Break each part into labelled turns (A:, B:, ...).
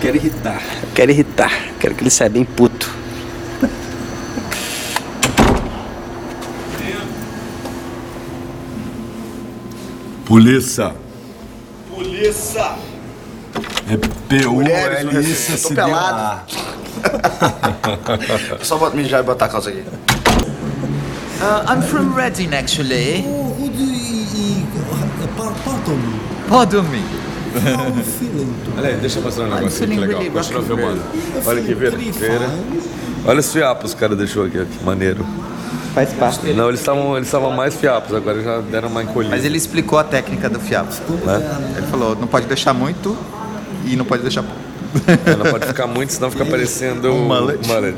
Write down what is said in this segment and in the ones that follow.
A: Quero irritar.
B: Eu quero irritar. Quero que ele saia bem puto.
C: Polícia.
A: Polícia!
C: É PU,
D: Mulheres,
C: L,
D: mulheres.
C: isso,
D: Tô
C: se
D: pelado. Só bota mijar e botar a calça aqui.
E: Uh, I'm from Reading, actually.
F: Would you Oh, e, pardon me,
E: Pardon me.
F: how feeling to
C: Olha aí, deixa eu mostrar um negócio aqui que
E: feeling
C: legal.
E: really
C: Continua
E: lucky,
C: filmando.
F: really.
C: Olha que
F: Three
C: vira. Olha os fiapos que o cara deixou aqui, ó, que maneiro.
B: Faz parte.
C: Não, eles estavam eles estavam mais fiapos, agora já deram uma encolhida.
E: Mas ele explicou a técnica do fiapo. né?
F: é,
E: Ele falou, não pode deixar muito e não pode deixar pouco.
C: Não pode ficar muito, senão fica parecendo um
E: mullet.
C: mullet.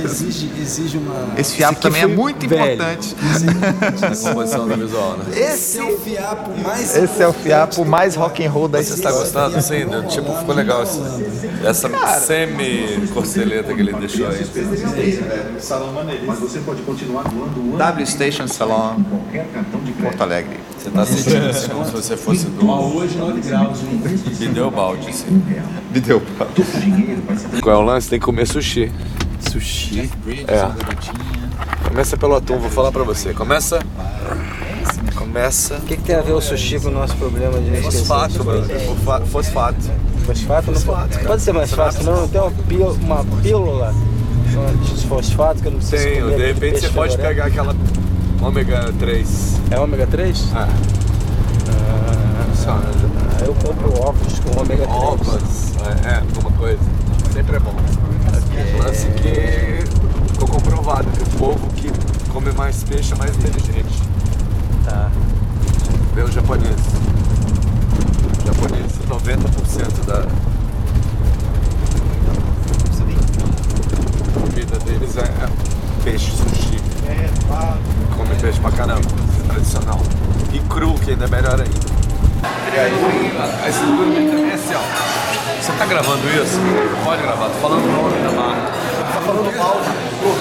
F: E exige, exige uma...
E: Esse fiapo
B: aqui
E: também é
B: foi
E: muito
B: velho.
E: importante.
C: Na composição da visual, né?
F: Esse é o fiapo mais...
E: Esse é o fiapo mais rock and roll da
C: Você tá gostando assim? né? Tipo, ficou legal esse- essa semi-corceleta que ele deixou aí.
E: W Station Salon, Porto Alegre.
C: Você tá sentindo assim como se você fosse do. Hoje 9 graus. Me deu balde, assim. Me deu balde. Qual é o lance? Tem que comer sushi. Sushi? É. Começa pelo atum, vou falar pra você. Começa. Começa.
B: O que, é que tem a ver o sushi com o nosso problema de
C: Fosfato, brother. Fofa- Fosfato.
B: Fosfato? Não pode, pode ser mais fácil, não. Tem uma, pí- uma pílula de fosfato que eu não preciso
C: Tem,
B: comer.
C: de repente você pode pegar aquela ômega 3.
B: É ômega 3?
C: Ah.
B: Ah, eu compro óculos com ômega 3.
C: Ovas, é, é, alguma coisa. Sempre é bom. Lance que ficou comprovado que o povo que come mais peixe é mais inteligente.
B: Tá.
C: Vê o japonês. O japonês, 90% da comida deles é é peixe, sushi. Come peixe pra caramba, tradicional. E cru, que ainda é melhor ainda. E aí, a estrutura dele também é assim, ó. Você tá gravando isso? Pode gravar, tô falando o nome da marca. Tá falando mal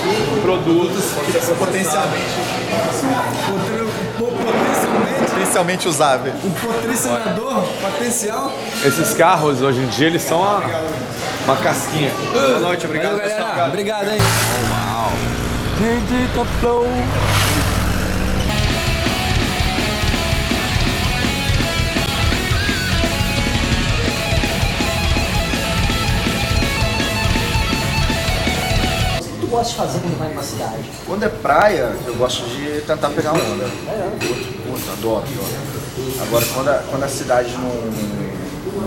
C: de produtos que são potencialmente
E: Potencialmente usável.
F: Patrocinador, potencial.
C: Esses carros hoje em dia eles são uma, uma casquinha. é Boa noite, obrigado. pessoal.
F: Obrigado, hein.
G: que tu gosta de fazer quando vai numa cidade?
D: Quando é praia, eu gosto de tentar pegar onda. É, Curto, curto, adoro, adoro. Agora, quando a, quando a cidade não,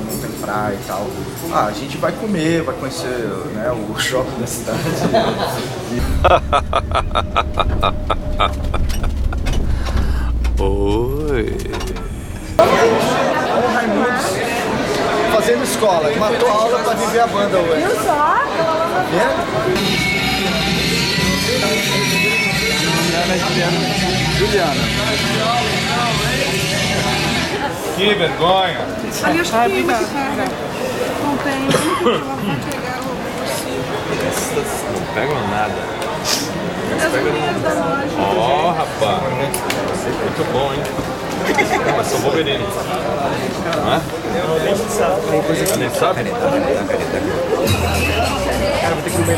D: não tem praia e tal, ah, a gente vai comer, vai conhecer né, o shopping da cidade.
C: Oi.
D: Fazendo escola, matou a aula pra viver a banda hoje.
H: Viu só?
C: Que vergonha.
H: Ali os climas, cara. Não tem. Ela vai pegar o possível.
C: Não pegam nada.
H: Eu sou medo da loja.
C: Ó, rapaz. Muito bom, hein? Mas são boberino. Hã? Nem sabe. Nem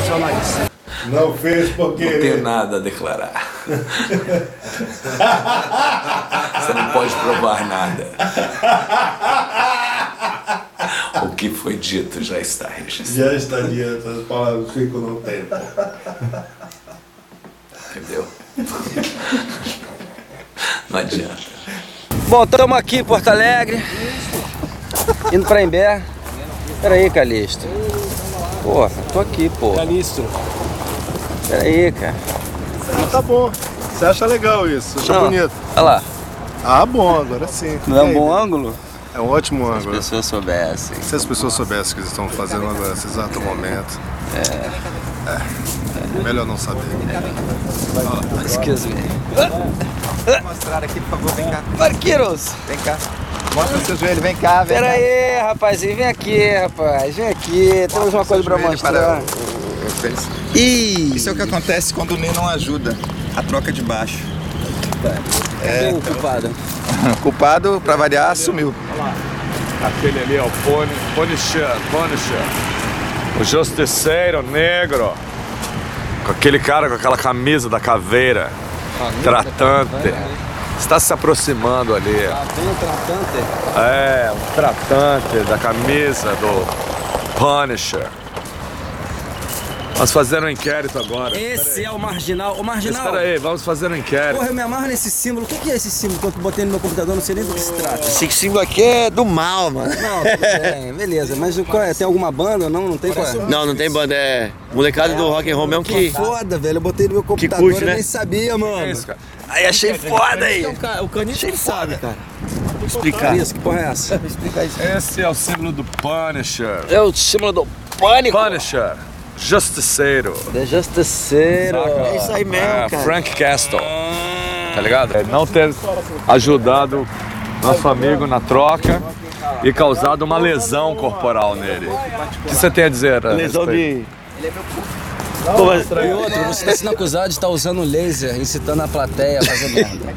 C: sabe?
I: Não fez porque.
C: Não tenho nada a declarar. Você não pode provar nada. O que foi dito já está registrado,
I: Já estaria essas palavras ficam no tempo.
C: entendeu? Não adianta.
B: Bom, estamos aqui em Porto Alegre, indo pra Embé. Peraí, Calixto. Porra, tô aqui, pô. Calixto. Peraí, cara.
I: Tá bom. Você acha legal isso? Acha
B: Não.
I: bonito?
B: Olha lá,
I: Ah, bom, agora sim.
B: não é um
I: Ei,
B: bom ângulo?
I: É um ótimo
B: Se
I: ângulo.
B: as pessoas soubessem.
I: Se as pessoas soubessem o que eles estão fazendo agora, nesse exato momento. É. Melhor não saber.
B: Excuse me.
E: Mostrar aqui, por favor, vem cá,
B: Marqueiros!
E: vem cá.
B: É.
E: Mostra o seu joelho, vem cá, vem
B: Pera
E: cá.
B: aí, rapazinho, vem aqui, rapaz, vem aqui. Temos uma coisa pra
E: joelho
B: mostrar. Ih!
E: Isso é o que acontece quando o Nê não ajuda. A troca de baixo.
B: é o culpado.
C: Ah,
E: O culpado, pra variar, sumiu.
C: Aquele ali é o Puni- Punisher, Punisher. O Justiceiro Negro. Com aquele cara com aquela camisa da caveira. Tratante. Está se aproximando ali.
B: Tem tratante.
C: É, um tratante da camisa do Punisher. Vamos fazer um inquérito agora.
B: Esse é o marginal. O marginal.
C: Espera aí, vamos fazer um inquérito.
F: Porra, eu me amarro nesse símbolo. O que que é esse símbolo que eu botei no meu computador? Não sei nem do que se trata.
B: Esse símbolo aqui é do mal, mano.
F: Não, tudo bem, beleza. Mas o qual é? tem alguma banda ou não? Não tem qual é?
J: Não, não tem banda. É molecada do rock and roll mesmo que.
F: Foda, velho. Eu botei no meu computador,
J: curte,
F: eu
J: né?
F: nem sabia, mano.
C: é Isso, cara.
B: Aí achei foda aí.
J: O Canito
B: Achei foda, cara.
J: explicar.
F: Isso, que porra é essa?
C: Esse é o símbolo do Punisher.
B: É o símbolo do pânico.
C: Punisher, Justiceiro.
B: The Justiceiro.
J: É isso aí mesmo,
C: É,
J: cara.
C: Frank Castle. Tá ligado? É não ter ajudado nosso amigo na troca e causado uma lesão corporal nele. O que você tem a dizer? a
J: Lesão
C: respeito?
J: de. Pô, mas-
F: E outro, você está sendo acusado de estar usando laser, incitando a plateia a fazer merda.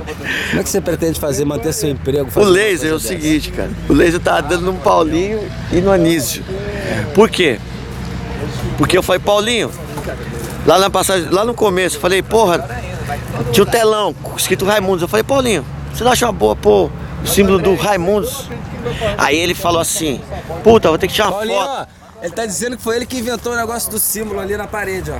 F: Como é que você pretende fazer, manter seu emprego?
J: O
F: fazer uma
J: laser é o
F: coisa dessa?
J: seguinte, cara. O laser tava dando no Paulinho e no Anísio. Por quê? Porque eu falei, Paulinho, lá na passagem, lá no começo, eu falei, porra, tinha um telão escrito Raimundos. Eu falei, Paulinho, você não acha uma boa pôr o símbolo do Raimundos? Aí ele falou assim, puta, vou ter que tirar uma
F: Paulinho,
J: foto.
F: ó, ele tá dizendo que foi ele que inventou o negócio do símbolo ali na parede, ó.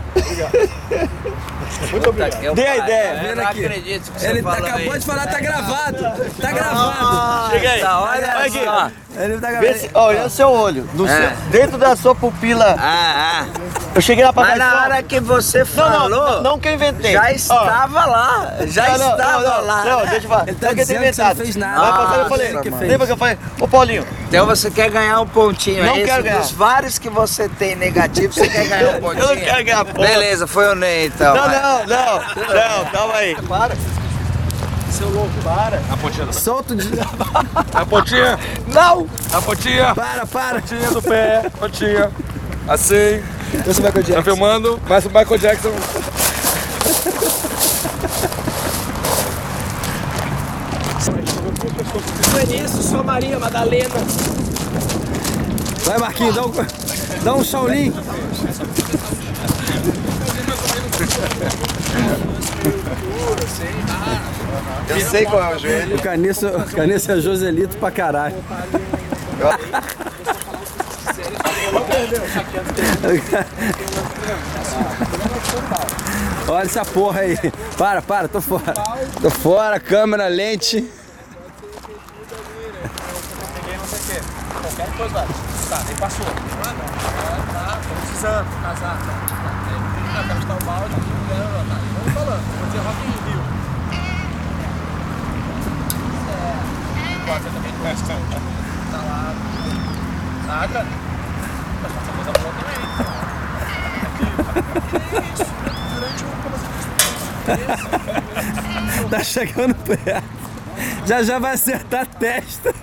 J: Dê a ideia.
F: Tá Vendo aqui. Ele tá- acabou de falar, tá gravado. Tá gravado.
J: Chega aí.
F: olha
J: Olha aqui.
F: só. Ele tá
J: Vê
F: gravado.
J: se, ó, olha o seu olho, no seu- dentro da sua pupila.
G: É. Ah, ah.
J: Eu cheguei lá pra
G: Mas
J: trás e
G: na
J: falei,
G: hora que você
J: não,
G: falou,
J: não, não que eu inventei.
G: já
J: Ó,
G: estava lá. Já
J: Não, não,
G: estava
J: não, não,
G: lá.
J: Não, deixa eu falar.
F: Ele tá
J: Não que
F: dizendo que
J: eu tenho
F: você não
J: inventado.
F: fez nada.
J: Lá pra trás eu
F: Ah,
J: falei,
F: você que fez.
J: lembra que eu falei, ô Paulinho,
G: Então você quer ganhar um pontinho,
J: Não
G: é isso?
J: quero ganhar.
G: Dos vários que você tem negativo, você quer ganhar um pontinho.
J: eu não quero ganhar porra.
G: Beleza, foi o Ney então.
J: Não,
G: vai.
J: não, não, não, calma aí.
F: Solta o dinheiro.
C: A pontinha,
G: Não!
C: a pontinha,
F: Para, para.
C: pontinha do pé, pontinha. Assim,
F: Esse Michael
C: tá
F: Jackson.
C: filmando, mas o Michael Jackson.
F: Vai, Marquinhos, dá um, dá um Shaolin.
C: Eu sei qual é o jeito.
F: O Caniço, o Caniço é Joselito pra caralho. Olha essa porra aí. Para, para, tô fora. Tô fora, câmera, lente. Tá chegando perto. Já já vai acertar a testa.